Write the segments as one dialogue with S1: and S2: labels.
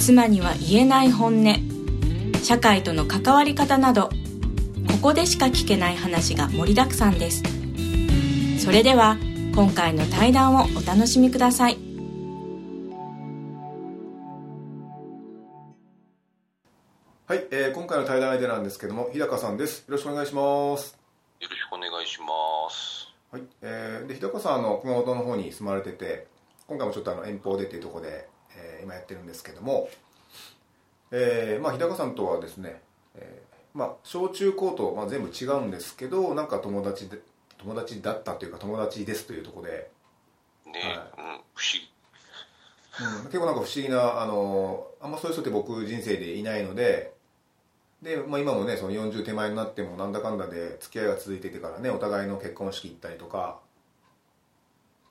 S1: 妻には言えない本音社会との関わり方などここでしか聞けない話が盛りだくさんですそれでは今回の対談をお楽しみください
S2: はい、えー今回の対談相手なんですけども日高さんですよろしくお願いします
S3: よろしくお願いします。
S2: はい、えーで日高さんあの熊本の方に住まれてて今回もちょっとあの遠方でっていうところで、えー今やってるんですけども、えーまあ、日高さんとはですね、えーまあ、小中高と、まあ、全部違うんですけどなんか友達で友達だったというか友達ですというところで、
S3: ね、
S2: は
S3: うん、不思議。
S2: うん結構なんか不思議なあのあんまそういう人って僕人生でいないのでで、まあ、今もねその40手前になってもなんだかんだで付き合いが続いててからねお互いの結婚式行ったりとか、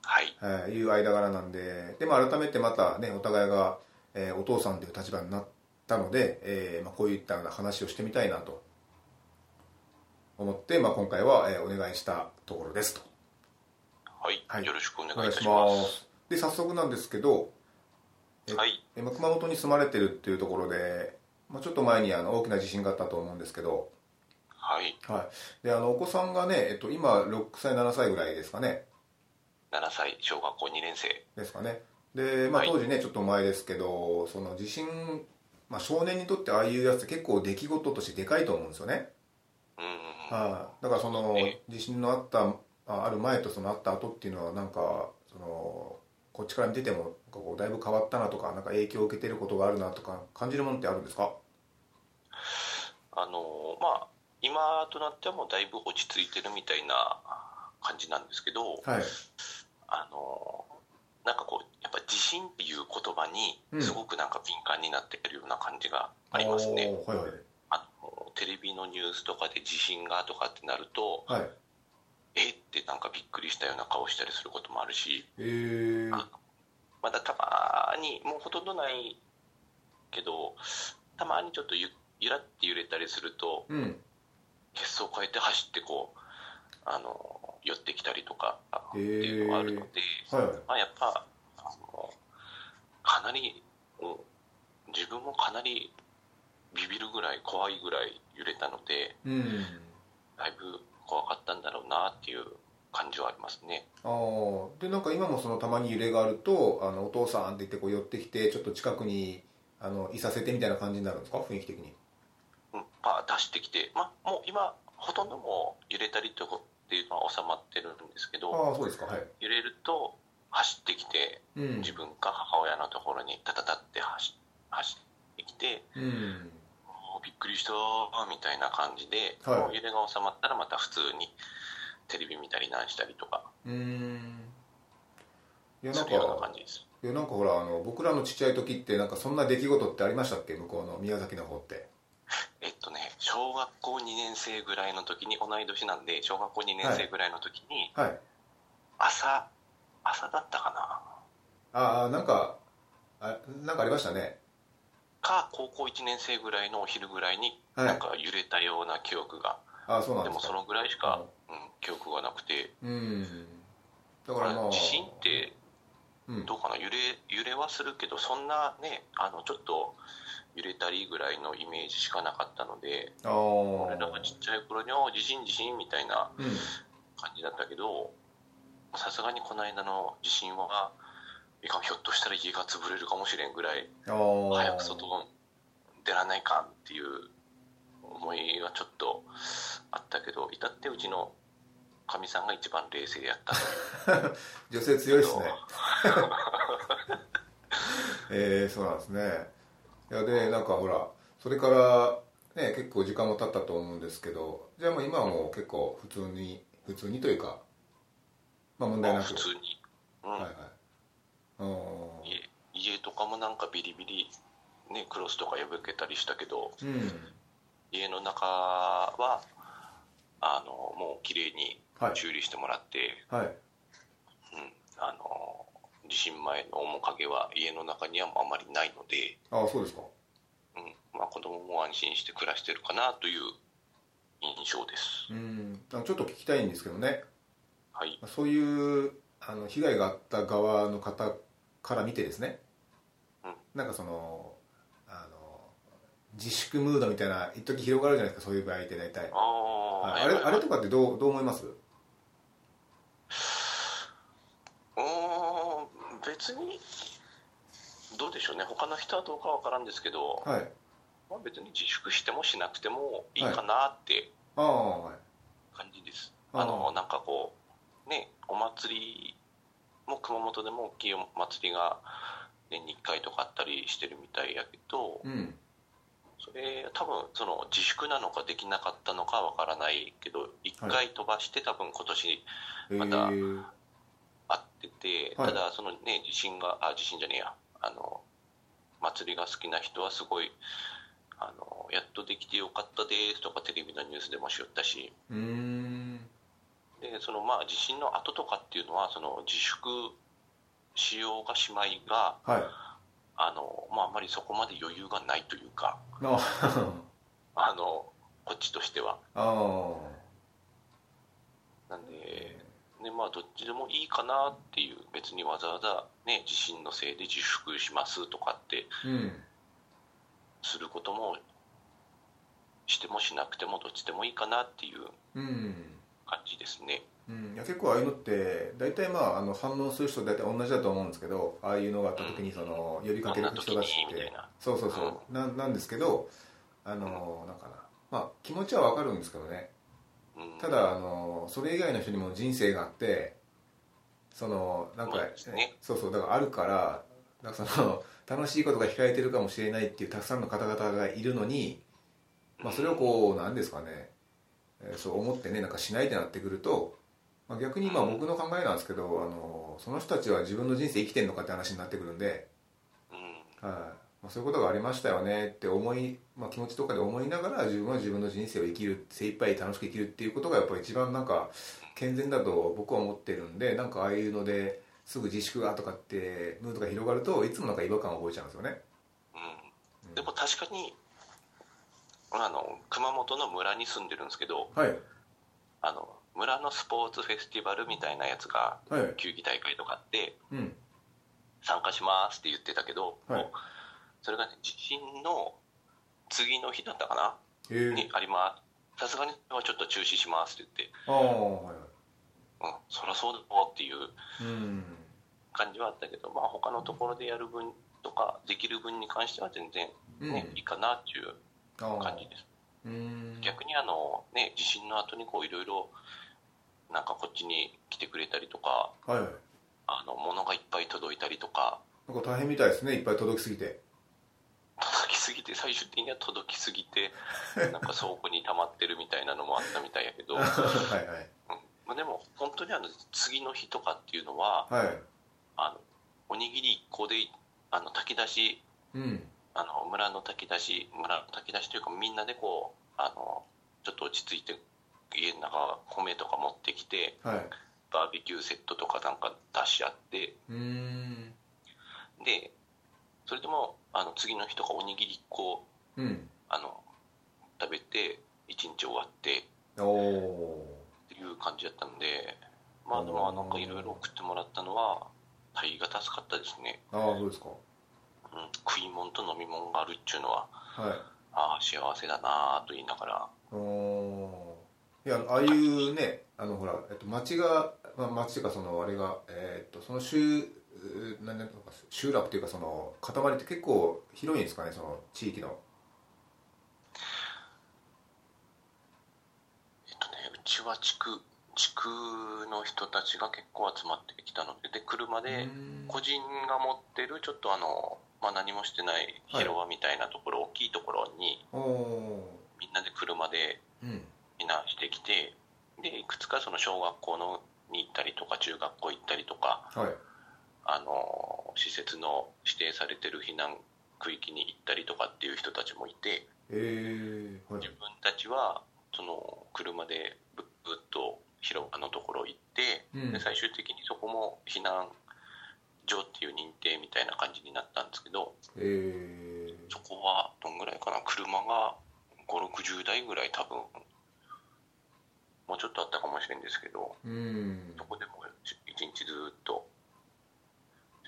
S3: はい。
S2: はいいう間柄なんでで、まあ、改めてまたねお互いが、えーお父さんという立場になったので、えーまあ、こういったような話をしてみたいなと思って、まあ、今回は、えーお願いしたところですと。
S3: はい、
S2: はい
S3: よろしくお願
S2: お願
S3: い
S2: い
S3: いた
S2: し
S3: しま。
S2: ますすで早速なんですけどえ
S3: はい。
S2: 今熊本に住まれてるっていうところで、まあ、ちょっと前にあの大きな地震があったと思うんですけど、
S3: はい。
S2: はい、であのお子さんがね、えっと、今6歳7歳ぐらいですかね
S3: 7歳、小学校2年生。
S2: ですかねで、まあ、
S3: はい
S2: 当時ね、ちょっと前ですけどその地震、まあ、少年にとってああいうやつって結構出来事としてでかいと思うんですよね、
S3: うんうんうん。
S2: はい、だからその
S3: え
S2: 地震のあったあある前とそのあった後っていうのはなんかそのこっちから見ててもなんかこうだいぶ変わったなとかなんか影響を受けてることがあるなとか感じるものってあるんですか
S3: あのー、まあ、今となってはもうだいぶ落ち着いてるみたいな感じなんですけど、
S2: はい
S3: あのー、なんかこう、やっぱ地震っていう言葉に
S2: うん
S3: すごくなんか敏感になってるような感じがありますね。
S2: おーはいはい
S3: あのテレビのニュースとかで地震がとかってなると、
S2: はい。
S3: えってなんかびっくりしたような顔したりすることもあるし、
S2: えー、
S3: あまだたまにもうほとんどないけどたまにちょっとゆゆらって揺れたりすると
S2: うん。
S3: 血相を変えて走ってこうあの寄ってきたりとかっ
S2: え
S3: ていうのがあるの
S2: ー
S3: で、、
S2: はいはい。
S3: まあ、やっぱあのかなりもう自分もかなりビビるぐらい怖いぐらい揺れたので
S2: うん。
S3: だいぶ怖かったんだろうなっていう感じはありますね。
S2: ああ、で、なんか今もそのたまに揺れがあると、あの、お父さんって言ってこう寄ってきて、ちょっと近くに、あの、いさせてみたいな感じになるんですか雰囲気的に。
S3: うんパー出してきて、まあ、もう今ほとんどもう揺れたりとかっていうのは収まってるんですけど
S2: ああ、そうですか。はい。
S3: 揺れると走ってきて
S2: うん。
S3: 自分か母親のところにタタタって走走ってきて
S2: うん。
S3: おーびっくりしたーみたいな感じで、
S2: はい
S3: もう揺れが収まったらまた普通にテレビ見たりなんしたりとか
S2: うーん。いや、なん
S3: す
S2: か、
S3: るような感じです
S2: いや、なんかほら、あの、僕らのちっちゃい時って、なんかそんな出来事ってありましたっけ向こうの宮崎の方って。
S3: えっとね小学校2年生ぐらいの時に同い年なんで小学校2年生ぐらいの時に
S2: はい。
S3: 朝朝だったかな
S2: ああ、なんか、あなんかありましたね。
S3: か高校1年生ぐらいのお昼ぐらいに
S2: はい
S3: なんか揺れたような記憶が、
S2: ああ、そうなん
S3: で
S2: で
S3: も
S2: す
S3: そ
S2: か。
S3: のぐらいしか、うん、記憶がなくて
S2: うん。だ
S3: こ
S2: からまあ。
S3: れ地震って
S2: うん
S3: どうかな揺れ揺れはするけどそんなねあのちょっと揺れたりぐらいのイメージしかなかったので
S2: ああ
S3: 俺らがちっちゃい頃には地震地震みたいな
S2: うん、
S3: 感じだったけどさすがにこの間の地震はいかんひょっとしたら家が潰れるかもしれんぐらい
S2: ああ
S3: 早く外出らないかんっていう思いはちょっとあったけど至ってうちのかみさんが一番冷静でやったんだ
S2: 女性強い
S3: け
S2: です
S3: ど
S2: ねえー、そうなんですねいやでなんかほらそれからね結構時間も経ったと思うんですけどじゃあもう今はもう結構普通に普通にというかまあ問題
S3: ま
S2: な
S3: あ
S2: く
S3: 普通に、うん
S2: はいはいあ
S3: 家家とかもなんかビリビリね、クロスとか破けたりしたけど
S2: うん
S3: 家の中はあのもう綺麗に
S2: はい
S3: 修理してもらって、
S2: はい
S3: うん、あの地震前の面影は家の中にはあまりないので、
S2: ああそうですか
S3: うんまあ、子供も安心して暮らしてるかなという印象です。
S2: うんあのちょっと聞きたいんですけどね
S3: はい、
S2: そういうあの被害があった側の方から見てですね、
S3: うん
S2: なんかそのあの自粛ムードみたいな一時広がるじゃないですかそういう場合って大体
S3: あー
S2: あ
S3: はい
S2: あれ
S3: はいは
S2: あ
S3: い
S2: れとかってどうどう思います
S3: うーん別にどうでしょうね他の人はどうかわからんですけど、
S2: はい
S3: まあ、別に自粛してもしなくてもいいかなって
S2: ああはい
S3: 感じです、
S2: はい
S3: あの
S2: あ
S3: なんかこうねお祭りも熊本でも大きいお祭りが年に1回とかあったりしてるみたいやけど
S2: うん
S3: それ多分その自粛なのかできなかったのかわからないけど1
S2: は
S3: 回飛ばして多分今年
S2: え
S3: また
S2: ー、
S3: あってて、
S2: はい
S3: ただそのね地震があ地震じゃねえやあの祭りが好きな人はすごいあのやっとできてよかったですとかテレビのニュースでもしよったし
S2: うーん
S3: でそのまあ地震の後とかっていうのはその自粛しようがしまいが
S2: はい
S3: あの、まあ、あんまりそこまで余裕がないというか
S2: あ
S3: あのこっちとしては。
S2: あ
S3: なんででまあ、どっちでもいいかなっていう別にわざわざ、ね、地震のせいで自粛しますとかって
S2: うん
S3: することもしてもしなくてもどっちでもいいかなっていう
S2: うん
S3: 感じですね
S2: うん、いや結構ああいうのって大体まああの反応する人大体同じだと思うんですけどああいうのがあった時にその呼びか
S3: こ
S2: け
S3: ん
S2: る
S3: な時
S2: 人
S3: に
S2: たちっ
S3: み
S2: て
S3: たいな
S2: そうそうそうななんですけどあのなんかなまあ気持ちはわかるんですけどね
S3: うん
S2: ただあのそれ以外の人にも人生があってそのなんか
S3: そうですね
S2: そうそうだからあるからなんかその楽しいことが控えてるかもしれないっていうたくさんの方々がいるのに、まあ、それをこうなんですかね、えーそう思ってねなんかしないでなってくると、まあ、逆に今僕の考えなんですけどあのその人たちは自分の人生生きてんのかって話になってくるんで、
S3: うん
S2: はいまあ、そういうことがありましたよねって思い、まあ、気持ちとかで思いながら自分は自分の人生を生きる精一杯楽しく生きるっていうことがやっぱり一番なんか健全だと僕は思ってるんでなんかああいうのですぐ自粛がとかってムードが広がるといつもなんか違和感を覚えちゃうんですよね。
S3: うんでも確かにあの熊本の村に住んでるんですけど
S2: はい
S3: あの村のスポーツフェスティバルみたいなやつが
S2: はい
S3: 球技大会とかあって
S2: うん
S3: 参加しますって言ってたけど、
S2: はい
S3: もうそれがね地震の次の日だったか
S2: へ
S3: な、
S2: え
S3: にありますさすがにはちょっと中止しますって言って
S2: ああはいは
S3: うん、そりゃそうだろうっていう
S2: いうん
S3: 感じはあったけど、まあ、他のところでやる分とかできる分に関しては全然、
S2: うん
S3: ねいいかなっていう
S2: ああ
S3: 感じです
S2: うん
S3: 逆にあの、ね、地震の後にこういろいろなんかこっちに来てくれたりとか
S2: はいはい
S3: あの物がいっぱい届いたりとか
S2: なんか大変みたいですねいっぱい届きすぎて
S3: 届きすぎて最終的には届きすぎてなんか倉庫に溜まってるみたいなのもあったみたいやけど、う ん
S2: はいはい
S3: まあ、でも本当にあの次の日とかっていうのは
S2: はい
S3: あのおにぎり1個であの炊き出し
S2: うん
S3: あの村の炊き出し村の炊き出しというかみんなでこうあのちょっと落ち着いて家の中米とか持ってきて
S2: はい
S3: バーベキューセットとかなんか出し合って
S2: うん
S3: でそれでもあの次の日とかおにぎり1個
S2: うん
S3: あの食べて1日終わってっ
S2: おお
S3: ていう感じだったんでまあでもなんかいろいろ送ってもらったのは大が助かったですね、
S2: ーああそうですか
S3: うん、食い物と飲み物があるっちゅうのは
S2: はい
S3: ああ幸せだなあと言いながら
S2: おーいやああいうねあのほら、えっと、町が、まあ、町がそのあれが、えっとその集何ていうのか集落というかその塊って結構広いんですかねその地域の
S3: えっとね、うちは地区地区の人たちが結構集まってきたのでで車
S2: う
S3: で
S2: ん
S3: 個人が持ってるちょっとあの、まあ、何もしてない
S2: はい
S3: 広場みたいなところ、大きいところに
S2: おお
S3: みんなで車で
S2: ーうん
S3: 避難してきてでいくつかその小学校のに行ったりとか中学校行ったりとか
S2: はい
S3: あの施設の指定されてる避難区域に行ったりとかっていう人たちもいて
S2: えー、はい
S3: 自分たちはその車でぶっぶっと広場のところ行って、
S2: うん
S3: で最終的にそこも避難所っていう認定みたいな感じになったんですけど
S2: えー、
S3: そこはどんぐらいかな車が560台ぐらい多分もうちょっとあったかもしれんですけど
S2: うん
S3: そこでも一日ずっと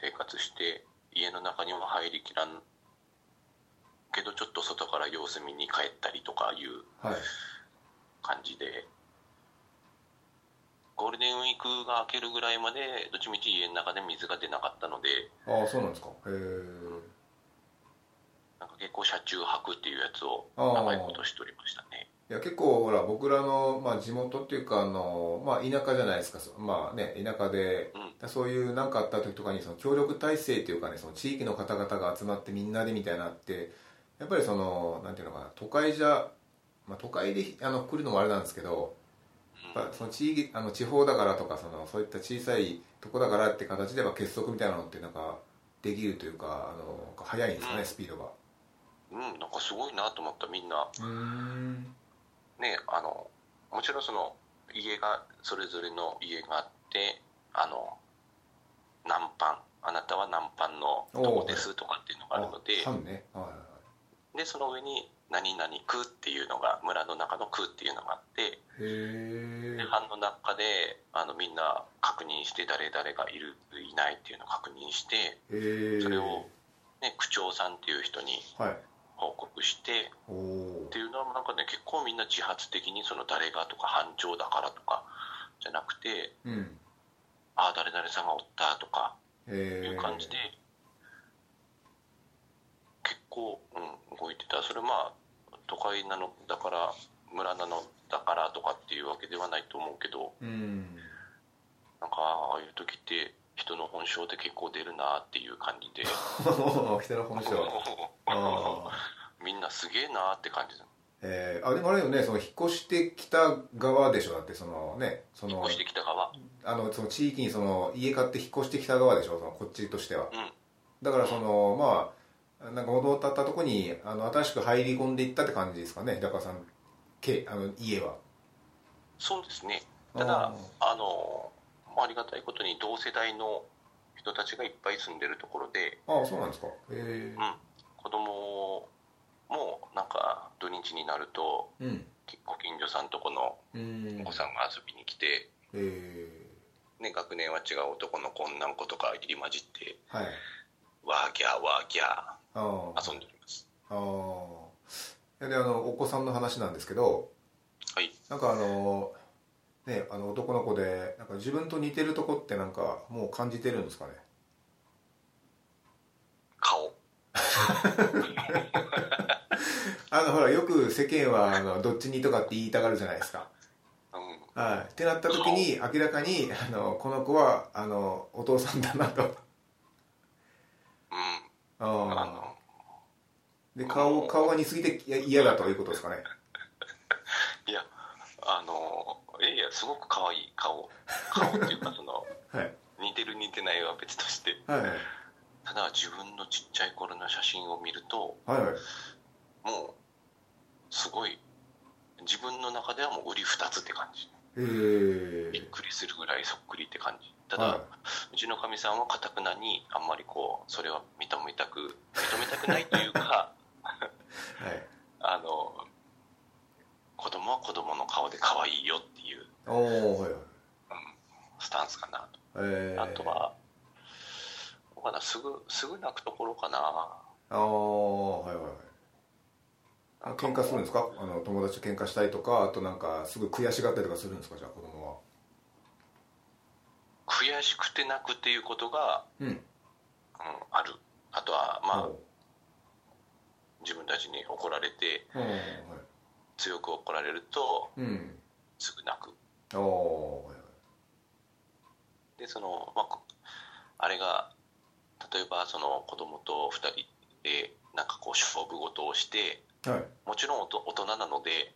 S3: 生活して家の中にも入りきらんけどちょっと外から様子見に帰ったりとかいう
S2: はい
S3: 感じでゴールデンウィークが明けるぐらいまでどっちみち家の中で水が出なかったので
S2: ああそうなんですかへえー、
S3: なんか結構車中泊っていうやつを
S2: あー
S3: 長いことしておりましたね
S2: いや結構ほら僕らの、まあ、地元っていうかあの、まあ、田舎じゃないですかそまあね田舎でそういう何かあった時とかにその協力体制っていうかねその地域の方々が集まってみんなでみたいなってやっぱりそのなんていうのかな都会じゃ、まあ、都会であの来るのもあれなんですけど
S3: うん、
S2: やっぱその地域あの地方だからとかそのそういった小さいとこだからって形では結束みたいなのってなんかできるというかあの早いんですかねスピードが。
S3: うん、なんかすごいなと思ったみんな
S2: うん
S3: ねあのもちろんその家がそれぞれの家があってあの何パンあなたは何パンのどこですとかっていうのがあるので
S2: 半ねはいはいはい
S3: でその上に「何々区」っていうのが村の中の区っていうのがあって
S2: へえ
S3: で班の中であのみんな確認して誰々がいるいないっていうのを確認して、
S2: へえ
S3: それを、ね、区長さんっていう人に
S2: はい
S3: 報告して
S2: おお
S3: っていうのはなんかね結構みんな自発的にその誰がとか班長だからとかじゃなくて
S2: うん
S3: ああ誰々さんがおったとかい
S2: へ
S3: う
S2: え
S3: 感じで、結構、うん、動いてたそれまあ都会なのだから村なのだからとかっていうわけではないと思うけど
S2: うん
S3: なんかああいう時って人の本性って結構出るなっていう感じで
S2: 人の 本性あー
S3: みんなすげえなって感じで
S2: えー、あでもあれよねその引っ越してきた側でしょだってそのねそ
S3: 引っ
S2: の
S3: 越してきた側
S2: あのその地域にその家買って引っ越してきた側でしょそのこっちとしては、だからそのまあなんか戻ったとこにあの新しく入り込んでいったって感じですかね日高さんけあの家は
S3: そうですねただ
S2: あ
S3: あのありがたいことに同世代の人たちがいっぱい住んでるところで
S2: ああそうなんですかへえ
S3: 子供もなんか土日になると
S2: うん
S3: ご近所さんとこの
S2: うん
S3: お子さんが遊びに来て、
S2: へえ
S3: ね、学年は違う男の子女の子とか入り混じって
S2: はい
S3: ワーギャーワーギャ
S2: ああ
S3: ー遊んでおります
S2: ああであのお子さんの話なんですけど
S3: はい
S2: なんかあのねあの男の子でなんか自分と似てるとこってなんかもう感じてるんですかね
S3: 顔
S2: あのほらよく世間はあのどっちにとかって言いたがるじゃないですか
S3: うん
S2: はいってなった時に明らかにあのこの子はあのお父さんだなと
S3: うんあ
S2: あ
S3: の
S2: ーで顔顔が似すぎていや嫌だということですかね
S3: いやあのいやいやすごく可愛い顔顔っていうかその
S2: はい
S3: 似てる似てないは別として
S2: はい
S3: ただ自分のちっちゃい頃の写真を見ると
S2: はいはい
S3: もうすごい自分の中ではもう売り二つって感じ
S2: えー
S3: びっくりするぐらいそっくりって感じただ、
S2: は
S3: うちのかみさんはかたくなにあんまりこうそれは認めたく認めたくないという か
S2: いはい
S3: あの子供は子供の顔で可愛いよっていう
S2: おおはいはい
S3: スタンスかなと、
S2: えー
S3: あとはどうかなすぐすぐ泣くところかな
S2: ああはいはいはいあ
S3: なんか
S2: 喧嘩するんですかあの友達と喧嘩したりとかあとなんかすぐ悔しがったりとかするんですかじゃあ子供は
S3: 悔しくて泣くっていうことが、
S2: うん
S3: あるあとはまあ
S2: おう
S3: 自分たちに怒られて
S2: うんはい
S3: 強く怒られると
S2: うん
S3: すぐ泣く
S2: おおはい
S3: でその、まあこ、あれが例えばその子供と2人でなんかこう勝負事をして
S2: はいはい
S3: もちろんおと大人なので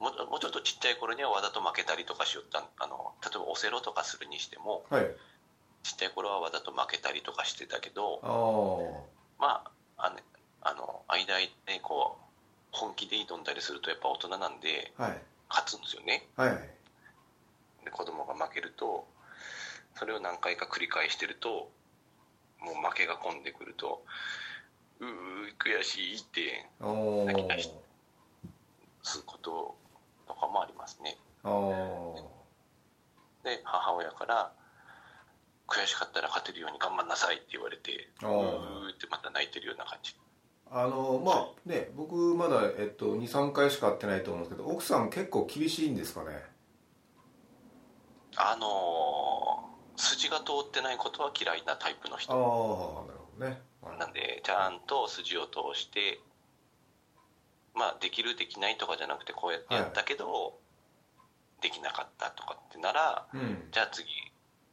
S3: もうもうちょっとちっちゃい頃にはわざと負けたりとかしよったんあの例えばオセロとかするにしても
S2: はい
S3: ちっちゃい頃はわざと負けたりとかしてたけど
S2: ああ
S3: まああねあの間々でこう本気で挑んだりするとやっぱ大人なんで
S2: はい
S3: 勝つんですよね
S2: はい
S3: で子供が負けるとそれを何回か繰り返してるともう負けが込んでくるとうー悔しいって
S2: お
S3: 泣き
S2: ー
S3: 出しすることとかもありますね
S2: おー
S3: で母親から「悔しかったら勝てるように頑張んなさい」って言われてう
S2: あー
S3: ーってまた泣いてるような感じ
S2: あのまあね僕まだ、えっと、23回しか会ってないと思うんですけど奥さん結構厳しいんですかね
S3: あのー筋が通ってないことは嫌いなタイプの
S2: ああ
S3: 人
S2: なるほどねはい
S3: なんでちゃんと筋を通してまあできるできないとかじゃなくてこうやってやったけど、できなかったとかってなら
S2: うん
S3: じゃあ次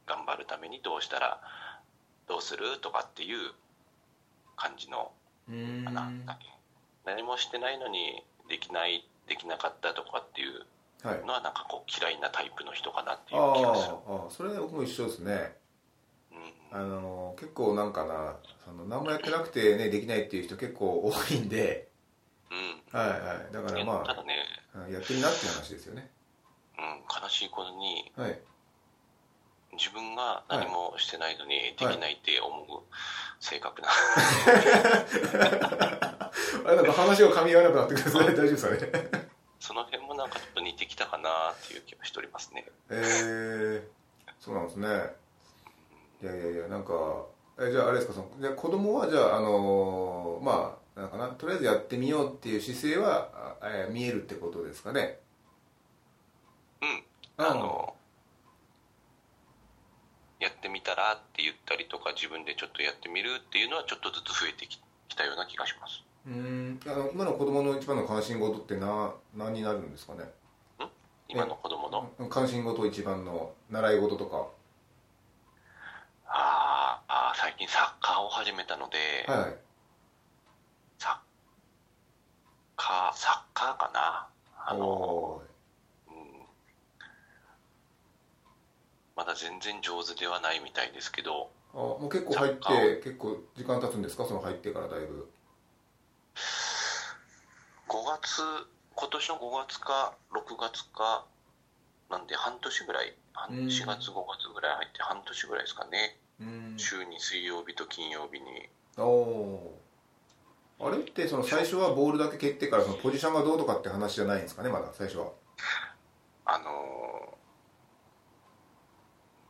S3: 頑張るためにどうしたらどうするとかっていう感じの
S2: うーん
S3: かな、だけ何もしてないのにできないできなかったとかっていう
S2: はい
S3: のはなんかこう嫌いなタイプの人かなってい
S2: あ
S3: う
S2: ー
S3: 気がする、
S2: あーそれ僕も一緒ですね
S3: う
S2: あ
S3: ん、
S2: の結構なんかなその何もやってなくてねできないっていう人結構多いんではいはいだか
S3: う
S2: ら
S3: んた
S2: ま
S3: だね、
S2: あやってみなっていう話ですよね
S3: うん、悲しいことに
S2: はい
S3: 自分が何もしてないのにできないって思う性格な、
S2: あれなんか話を噛み合わなくなってください 大丈夫ですかね
S3: その辺もなんかちょっと似てきたかなっていう気はしておりますね
S2: えー、そうなんですねいやいやいやなんかえじゃああれですかそのじゃあ子供はじゃああのーまあなんかなとりあえずやってみようっていう姿勢はあえー見えるってことですかね
S3: うん
S2: あ
S3: あのやってみたらって言ったりとか自分でちょっとやってみるっていうのはちょっとずつ増えてききたような気がします
S2: うーんあの今の子供の一番の関心事ってな何になるんですかね
S3: 今の子供の
S2: 関心事一番の習い事とか
S3: あーあー最近サッカーを始めたので、
S2: はいはい
S3: サッカーサッカーかなあの、
S2: お
S3: うん、まだ全然上手ではないみたいですけど
S2: ーあもう結構入っ
S3: サッカー
S2: て結構時間経つんですかその入ってからだいぶ
S3: 5月今年の5月か6月かなんで半年ぐらい半
S2: うん
S3: 4月5月ぐらい入って半年ぐらいですかね、
S2: うん
S3: 週に水曜日と金曜日に
S2: おーあれってその最初はボールだけ蹴ってからそのポジションがどうとかって話じゃないんですかねまだ最初は
S3: あのー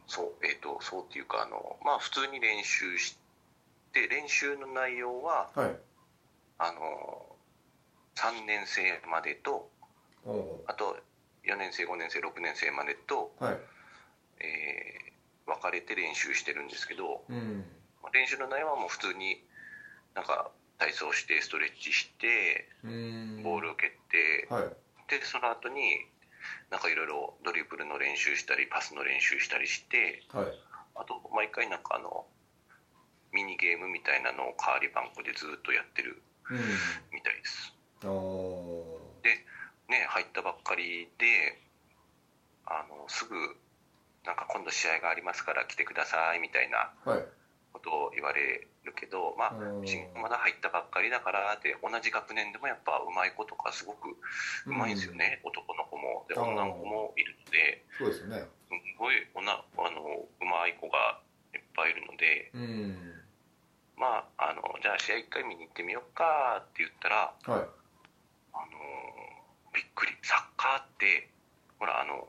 S3: そう、えっ、と、そうっていうか、あの、まあ、普通に練習して、練習の内容は、
S2: はい
S3: あのー、3年生までと、
S2: おお
S3: あと、4年生、5年生、6年生までと、
S2: ーはい
S3: えー分かれて練習してるんですけど、
S2: うん
S3: 練習の内容はもう普通に、なんか、体操して、ストレッチして、
S2: うーん
S3: ボールを蹴って、
S2: はい
S3: で、その後に、なんかいろいろドリブルの練習したり、パスの練習したりして、
S2: はい
S3: あと毎回なんかあのミニゲームみたいなのを代わりバンコでずっとやってるみたいです
S2: うんお
S3: ね入ったばっかりであのすぐなんか今度試合がありますから来てくださいみたいな
S2: ーはい
S3: ことを言われるけどまあ
S2: うん
S3: 新まだ入ったばっかりだからって同じ学年でもやっぱうまい子とかすごくうまいんですよね、男の子も
S2: あ
S3: で
S2: ー
S3: 女の子もいるので
S2: そうですよね
S3: すごい女あのうまい子がいっぱいいるので
S2: うん
S3: まあ、あのじゃあ試合1回見に行ってみようかって言ったら、
S2: はい
S3: あのびっくりサッカーってほらあの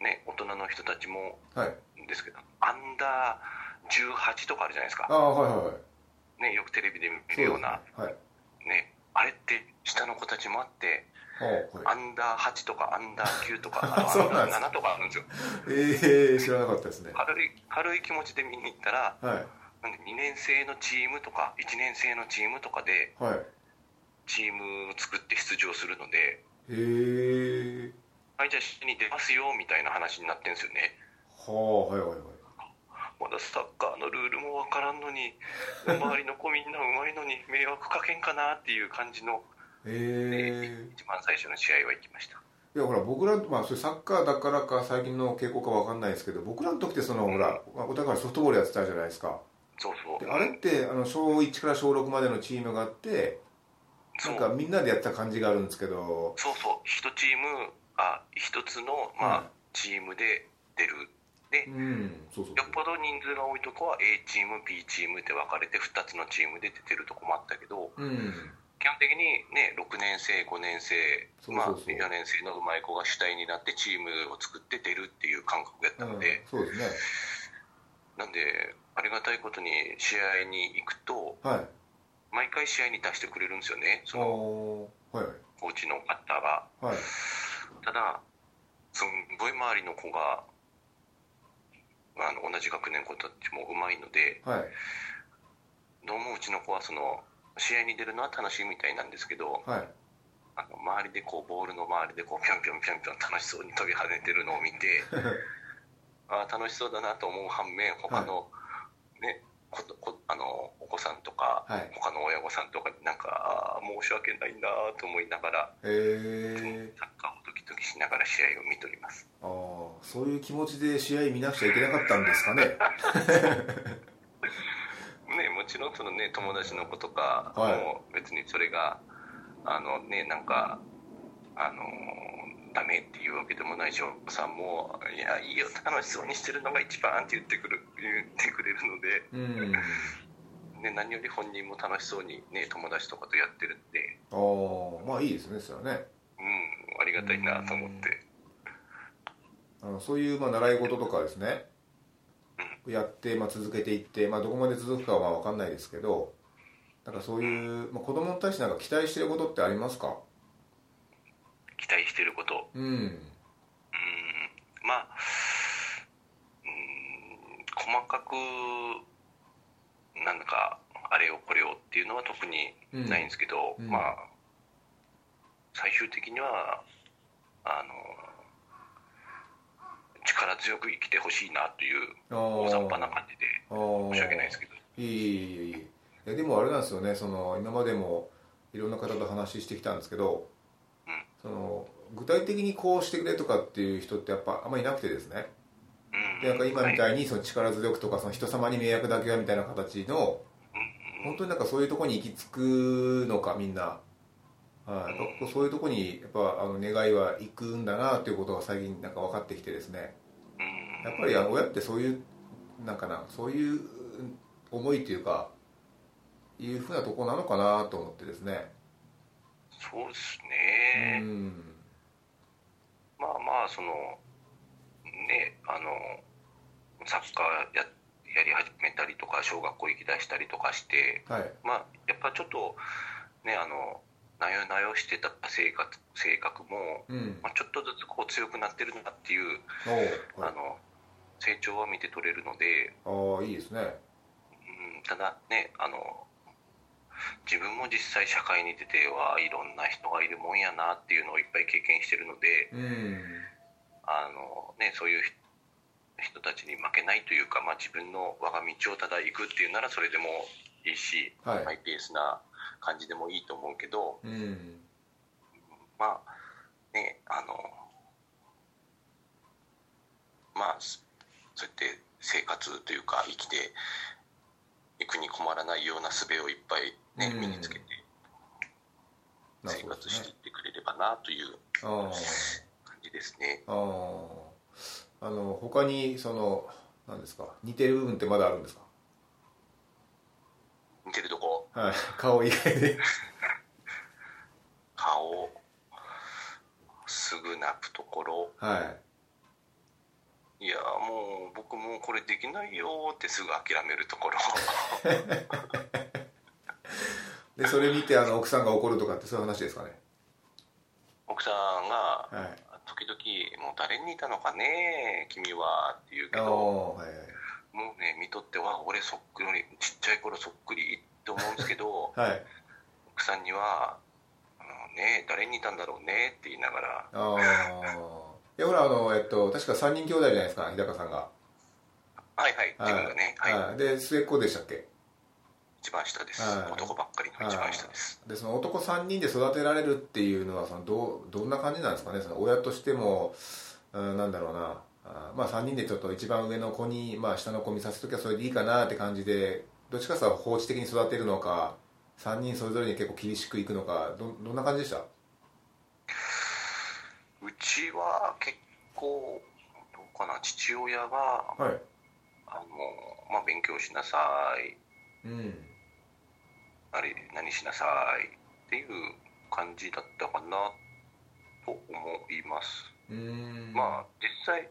S3: ね大人の人たちも
S2: はい
S3: ですけどアンダー18とかあるじゃないです
S2: あ
S3: か、
S2: あはいはいはい
S3: ね、よくテレビで見
S2: そう
S3: る
S2: です
S3: よう
S2: ね
S3: な、
S2: はい
S3: ね、あれって下の子たちもあって
S2: おーはい
S3: アンダー8とかアンダー9とかあ
S2: そう
S3: と
S2: な
S3: ア
S2: ん
S3: ン
S2: です
S3: ダー7とかあるんですよ
S2: ええ知らなかったですね。
S3: 軽い軽い気持ちで見に行ったら
S2: は
S3: なんで2年生のチームとか1年生のチームとかで
S2: い。はい。
S3: チームを作って出場するので。
S2: へえ。
S3: はい、じゃあ一緒に出ますよみたいな話になってんですよね。
S2: はあ、はいはいはい。
S3: まだサッカーのルールもわからんのに、周りの子みんなうまいのに迷惑かけんかなっていう感じの、
S2: え
S3: 一番最初の試合は行きました。
S2: え。いや、ほら、僕ら、まあ、それサッカーだからか、最近の傾向かわかんないですけど、僕らの時って、その、ほら、まあお互いソフトボールやってたじゃないですか。
S3: そうそう
S2: であれってあの小1から小6までのチームがあって
S3: そ
S2: なん
S3: う
S2: かみんなでやった感じがあるんですけど
S3: そうそう一チームあ一つの、まあ
S2: うん
S3: チームで出るで
S2: うんそうそう
S3: よ
S2: そ
S3: っ
S2: う
S3: ぽど人数が多いとこは A チーム B チームって分かれて2つのチームで出てるとこもあったけど
S2: うん
S3: 基本的にね6年生5年生
S2: そうそうそう
S3: まあ、4年生のうまい子が主体になってチームを作って出るっていう感覚やっ
S2: う
S3: た
S2: ん
S3: ので、
S2: そうですね
S3: なんでありがたいことに試合に行くと
S2: はい
S3: 毎回試合に出してくれるんですよねその
S2: おーはい
S3: コーチの方が
S2: はい
S3: ただすんごい周りの子があの同じ学年の子たちもうまいので
S2: はい
S3: どうもうちの子はその試合に出るのは楽しいみたいなんですけど
S2: はい
S3: あの周りでこうボールの周りでこうぴょんぴょんぴょんぴょん楽しそうに飛び跳ねてるのを見てあー楽しそうだなと思う反面他の、ねことこあのお子さんとか
S2: はい
S3: 他の親御さんとかになんかあー申し訳ないなと思いながら
S2: えー、
S3: サッカーをドキドキしながら試合を見ております
S2: ああそういう気持ちで試合見なくちゃいけなかったんですかね
S3: ねもちろんそのね友達の子とか、
S2: はい
S3: もう別にそれがあのねなんかあのーダメっていうわけでもないしお子さんも「いやいいよ楽しそうにしてるのが一番」って言ってくる言ってくれるので、
S2: うん
S3: ね、何より本人も楽しそうにね友達とかとやってるんで
S2: ああまあいいですねそれはね
S3: うんありがたいなと思って
S2: あのそういうまあ習い事とかですねやって、まあ、続けていって、まあ、どこまで続くかはまあ分かんないですけどなんかそういう、まあ、子供に対してなんか期待してることってありますか
S3: 期待してること
S2: うん
S3: うんまあ、うん、細かく、なんだか、あれをこれをっていうのは特にないんですけど、
S2: うんうん
S3: まあ、最終的には、あの、力強く生きてほしいなという、
S2: あ
S3: 大雑把な
S2: ー
S3: 感じで、
S2: あー
S3: 申し訳ないですけど、
S2: いいいいいいいやでもあれなんですよねその今までもいろんな方と話してきたんですけど、
S3: うん
S2: その具体的にこうしてくれとかっていう人ってやっぱあんまりいなくてですね
S3: うん
S2: でなんか今み
S3: はい
S2: たいにその力強くとかその人様に迷惑だけはみたいな形の本当になんかそういうとこに行き着くのかみんな、はい、やっぱそういうとこにやっぱあの願いは行くんだなっていうことが最近なんか分かってきてですね
S3: うん
S2: やっぱりあの親ってそういうなんかなそういう思いというかいうふうなとこなのかなと思ってですね、
S3: そうですね。
S2: うん
S3: まあまあそのねあのサッカーややり始めたりとか小学校行き出したりとかして
S2: はい
S3: まあやっぱちょっとねあのなよなよしてた性格性格も、
S2: うん
S3: まあ、ちょっとずつこう強くなってるなっていう、
S2: おう
S3: あの成長は見て取れるので、
S2: はいああいいですね
S3: うん、ただねあの自分も実際社会に出てはいろんな人がいるもんやなっていうのをいっぱい経験してるので。
S2: うん
S3: あのね、そういう人たちに負けないというか、まあ、自分の我が道をただ行くっていうならそれでもいいし、
S2: はい
S3: マイペースな感じでもいいと思うけど、
S2: うん
S3: まあね、あのまあすそうやって生活というか生きていくに困らないような術をいっぱい、ね
S2: うん
S3: 身につけて
S2: な
S3: 生
S2: るほど
S3: 活
S2: で
S3: し
S2: す
S3: てい
S2: ね
S3: ってくれればなという
S2: ああ
S3: 感じですね。
S2: あーあの他にその何ですか似てる部分ってまだあるんですか
S3: 似てるとこ
S2: はい 顔以外で
S3: 顔すぐ泣くところ
S2: はい
S3: いやもう僕もうこれできないよってすぐ諦めるとこ ろ
S2: でそれ見てあの奥さんが怒るとかってそういう話ですかね
S3: 奥さんが
S2: はい
S3: 時々「もう誰にいたのかね君は」って言うけ
S2: ああ
S3: ど
S2: はい
S3: もうね見とっては俺そっくりちっちゃい頃そっくりって思うんですけ ど
S2: はい
S3: 奥さんには「あのね誰にいたんだろうね」って言いながら
S2: ああいやほらあのえっと確か3人兄弟じゃないですか日高さんが
S3: 「はいはい自分がね、はい
S2: はいで末っ子でしたっけ
S3: 一番下です、
S2: はい
S3: 男ばっかりの一番下です
S2: でその男3人で育てられるっていうのはそのどうどんな感じなんですかねその親としても、うん、なんだろうなあーまあ3人でちょっと一番上の子に、まあ、下の子見させときゃそれでいいかなって感じでどっちかさ放置的に育てるのか3人それぞれに結構厳しくいくのかどどんな感じでした
S3: うちは結構どうかな父親が
S2: はい
S3: あの、まあ、勉強しなさい
S2: うん
S3: あれ何しなさいっていう感じだったかなと思います、
S2: うーん
S3: まあ実際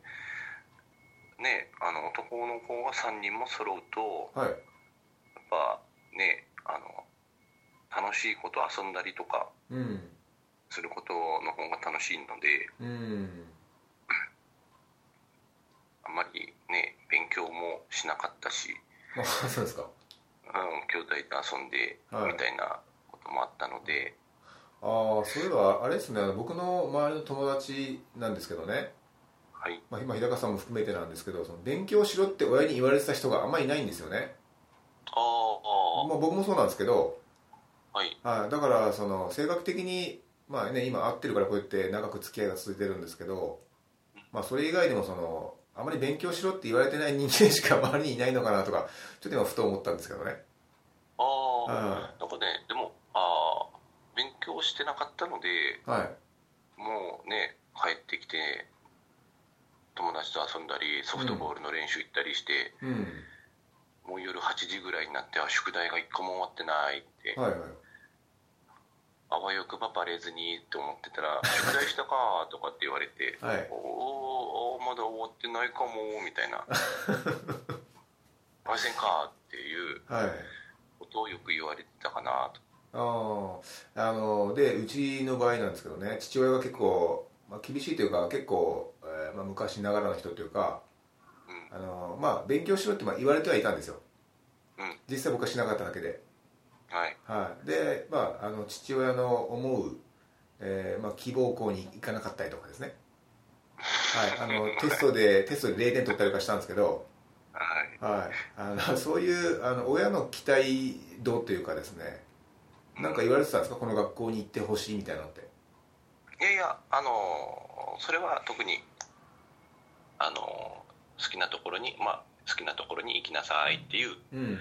S3: ねあの男の子が3人も揃うと
S2: あはい
S3: やっぱねあの楽しいこと遊んだりとか
S2: うん
S3: することの方が楽しいので
S2: うん
S3: あんまりね勉強もしなかったし、
S2: まあ そうですか
S3: うん、兄弟と遊んで
S2: はい
S3: みたいなこともあったので、
S2: ああそういえばあれですねあの僕の周りの友達なんですけどね、
S3: はい、
S2: まあ、今日高さんも含めてなんですけどその勉強しろって親に言われてた人があんまりいないんですよね、
S3: ああ
S2: まあ、僕もそうなんですけど
S3: はい
S2: はい、だからその性格的に、まあね、今合ってるからこうやって長く付き合いが続いてるんですけど、まあ、それ以外でもそのあまり勉強しろって言われてない人間しか周りにいないのかなとかちょっと今ふと思ったんですけどね
S3: ああ、なんかねでもああ勉強してなかったので
S2: はい
S3: もうね帰ってきて友達と遊んだりソフトボールの練習行ったりして、
S2: うん
S3: もう夜8時ぐらいになってあ宿題が1個も終わってないって、
S2: はいはい
S3: あわよくばバレずにって思ってたら「宿題したか」とかって言われて
S2: は
S3: 「
S2: い
S3: おーおーまだ終わってないかも」みたいな「あいせんか」っていう
S2: はい
S3: ことをよく言われてたかなと
S2: あーあのでうちの場合なんですけどね父親が結構、まあ、厳しいというか結構、えーまあ、昔ながらの人というか
S3: うん
S2: あの、まあ、勉強しろってまあ言われてはいたんですよ
S3: うん
S2: 実際僕はしなかっただけで
S3: はい
S2: はい、で、まあ、あの父親の思う、えーまあ、希望校に行かなかったりとかですね、はい、あ のテストでテストで0点取ったりとかしたんですけど、
S3: はい
S2: はい、あのそういうあの親の期待度というかですねなんか言われてたんですかこの学校に行ってほしいみたいなのって
S3: いやいやあのーそれは特にあのー好きなところにまあ好きなところに行きなさいっていう
S2: うん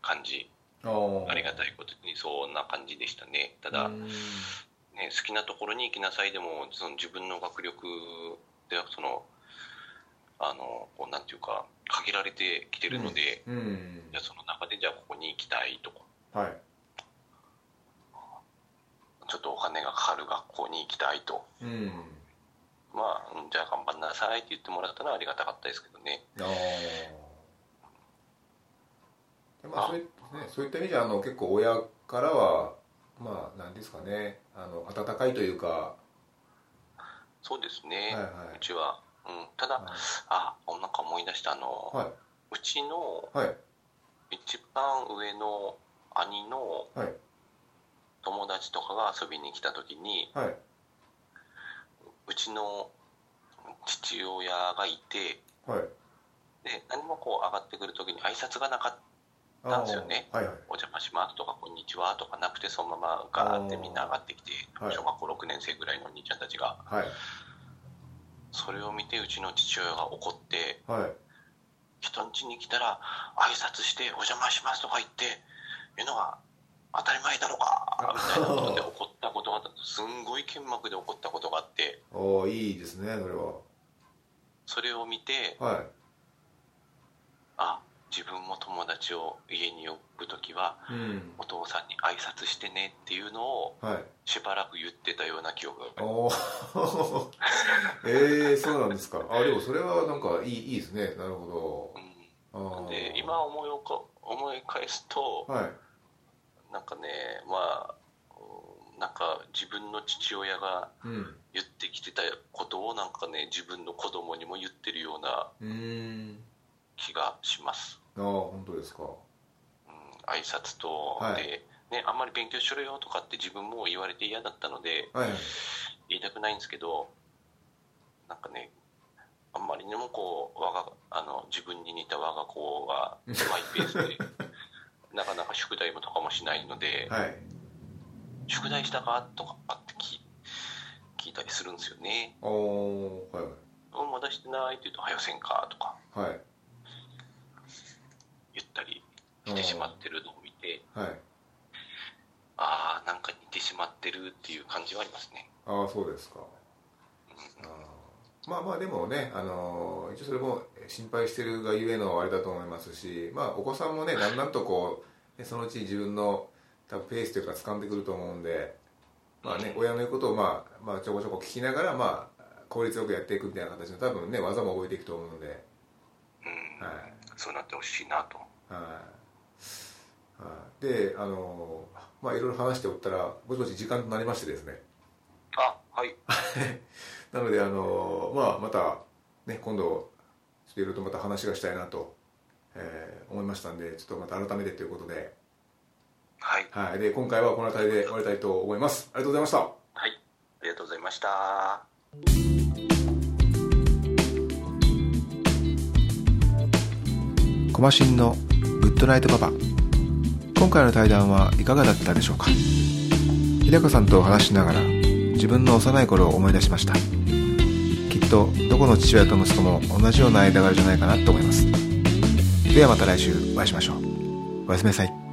S3: 感じ
S2: あ
S3: ありがたいことにそんな感じでしたねただ、
S2: うん
S3: ね、好きなところに行きなさいでもその自分の学力ではそのあのこうなんていうか限られてきてるので、
S2: うん
S3: じゃあその中でじゃあここに行きたいとか
S2: はい
S3: ちょっとお金がかかる学校に行きたいと
S2: うん
S3: まあうんじゃあ頑張んなさいって言ってもらったのはありがたかったですけどね
S2: ああまあそうい,、ね、そういった意味じゃあの結構親からはまあ何ですかねあの温かいというか、
S3: そうです
S2: はい
S3: ね、
S2: は
S3: うちは、うん、ただ、あなんか思い出したあの、
S2: はいう
S3: ちの
S2: い、はい、
S3: 一番上の兄の
S2: はい
S3: 友達とかが遊びに来た時に、
S2: はい、
S3: うちの父親がいて
S2: はい、
S3: で何もこう上がってくる時に挨拶がなかった
S2: あ
S3: なんですよね
S2: ーはいはい、
S3: 「お邪魔します」とか「こんにちは」とかなくてそのままガーってみんな上がってきて
S2: はい
S3: 小学校6年生ぐらいのお兄ちゃんたちが
S2: はい、
S3: それを見てうちの父親が怒って
S2: はい、
S3: 人ん家に来たら挨拶して「お邪魔します」とか言っていうのが当たり前だろうかみたいなことで怒ったことがあったすんごい剣幕で怒ったことがあって
S2: おーいいですねそれは
S3: それを見て
S2: はい
S3: あ自分も友達を家に呼ぶ時は
S2: うん
S3: お父さんに挨拶してねっていうのを
S2: はい
S3: しばらく言ってたような記憶がある
S2: おー えー、そうなんですかあでもそれはなんかいいいいですねなるほど
S3: う
S2: あ
S3: ん、
S2: ー
S3: で今思いおか思い返すと
S2: はい
S3: なんかねまあうんなんか自分の父親が
S2: うん
S3: 言ってきてたことをなんかね自分の子供にも言ってるような
S2: うーん
S3: 気がします、
S2: ああ本当ですか
S3: うん、挨拶と、
S2: はい
S3: でね、あんまり勉強しろよとかって自分も言われて嫌だったので
S2: はい
S3: 言いたくないんですけどなんかねあんまりにもこう我があの自分に似た我が子がマイペース でなかなか宿題もとかもしないので、
S2: はい
S3: 宿題したかとかって聞い聞いたりするんですよね
S2: あーはい
S3: 「うんまだしてない」って言うと「はよせんか」とか
S2: はいはい
S3: 言ったりししてしまってるのを見て、
S2: はい
S3: ああ、なんか似てしまってるっていう感じはありますね。
S2: ああそうですか
S3: うん
S2: あーまあまあでもね、あのー一応それも心配してるがゆえのあれだと思いますし、まあ、お子さんもねだんだんとこうねそのうち自分の多分ペースというか掴んでくると思うんで、まあね、親の言うことを、まあ、まあちょこちょこ聞きながら、まあ、効率よくやっていくみたいな形の多分ね技も覚えていくと思うので、
S3: うん
S2: はい
S3: そうなってほしいなと。
S2: はいはい、であのーまあいろいろ話しておったらぼちぼち時間となりましてですね
S3: あ、はい。
S2: なのであの、まあ、また、ね、今度ちょっといろいろとまた話がしたいなと、えー思いましたんでちょっとまた改めてということで,、
S3: はい。
S2: はい、で今回はこの辺りで終わりたいと思いますありがとうございました
S3: はい。ありがとうございました。
S4: コマシンのグッドナイトパパ今回の対談はいかがだったでしょうか日高さんと話しながら自分の幼い頃を思い出しましたきっとどこの父親と息子も同じような間柄じゃないかなと思いますではまた来週お会いしましょうおやすみなさい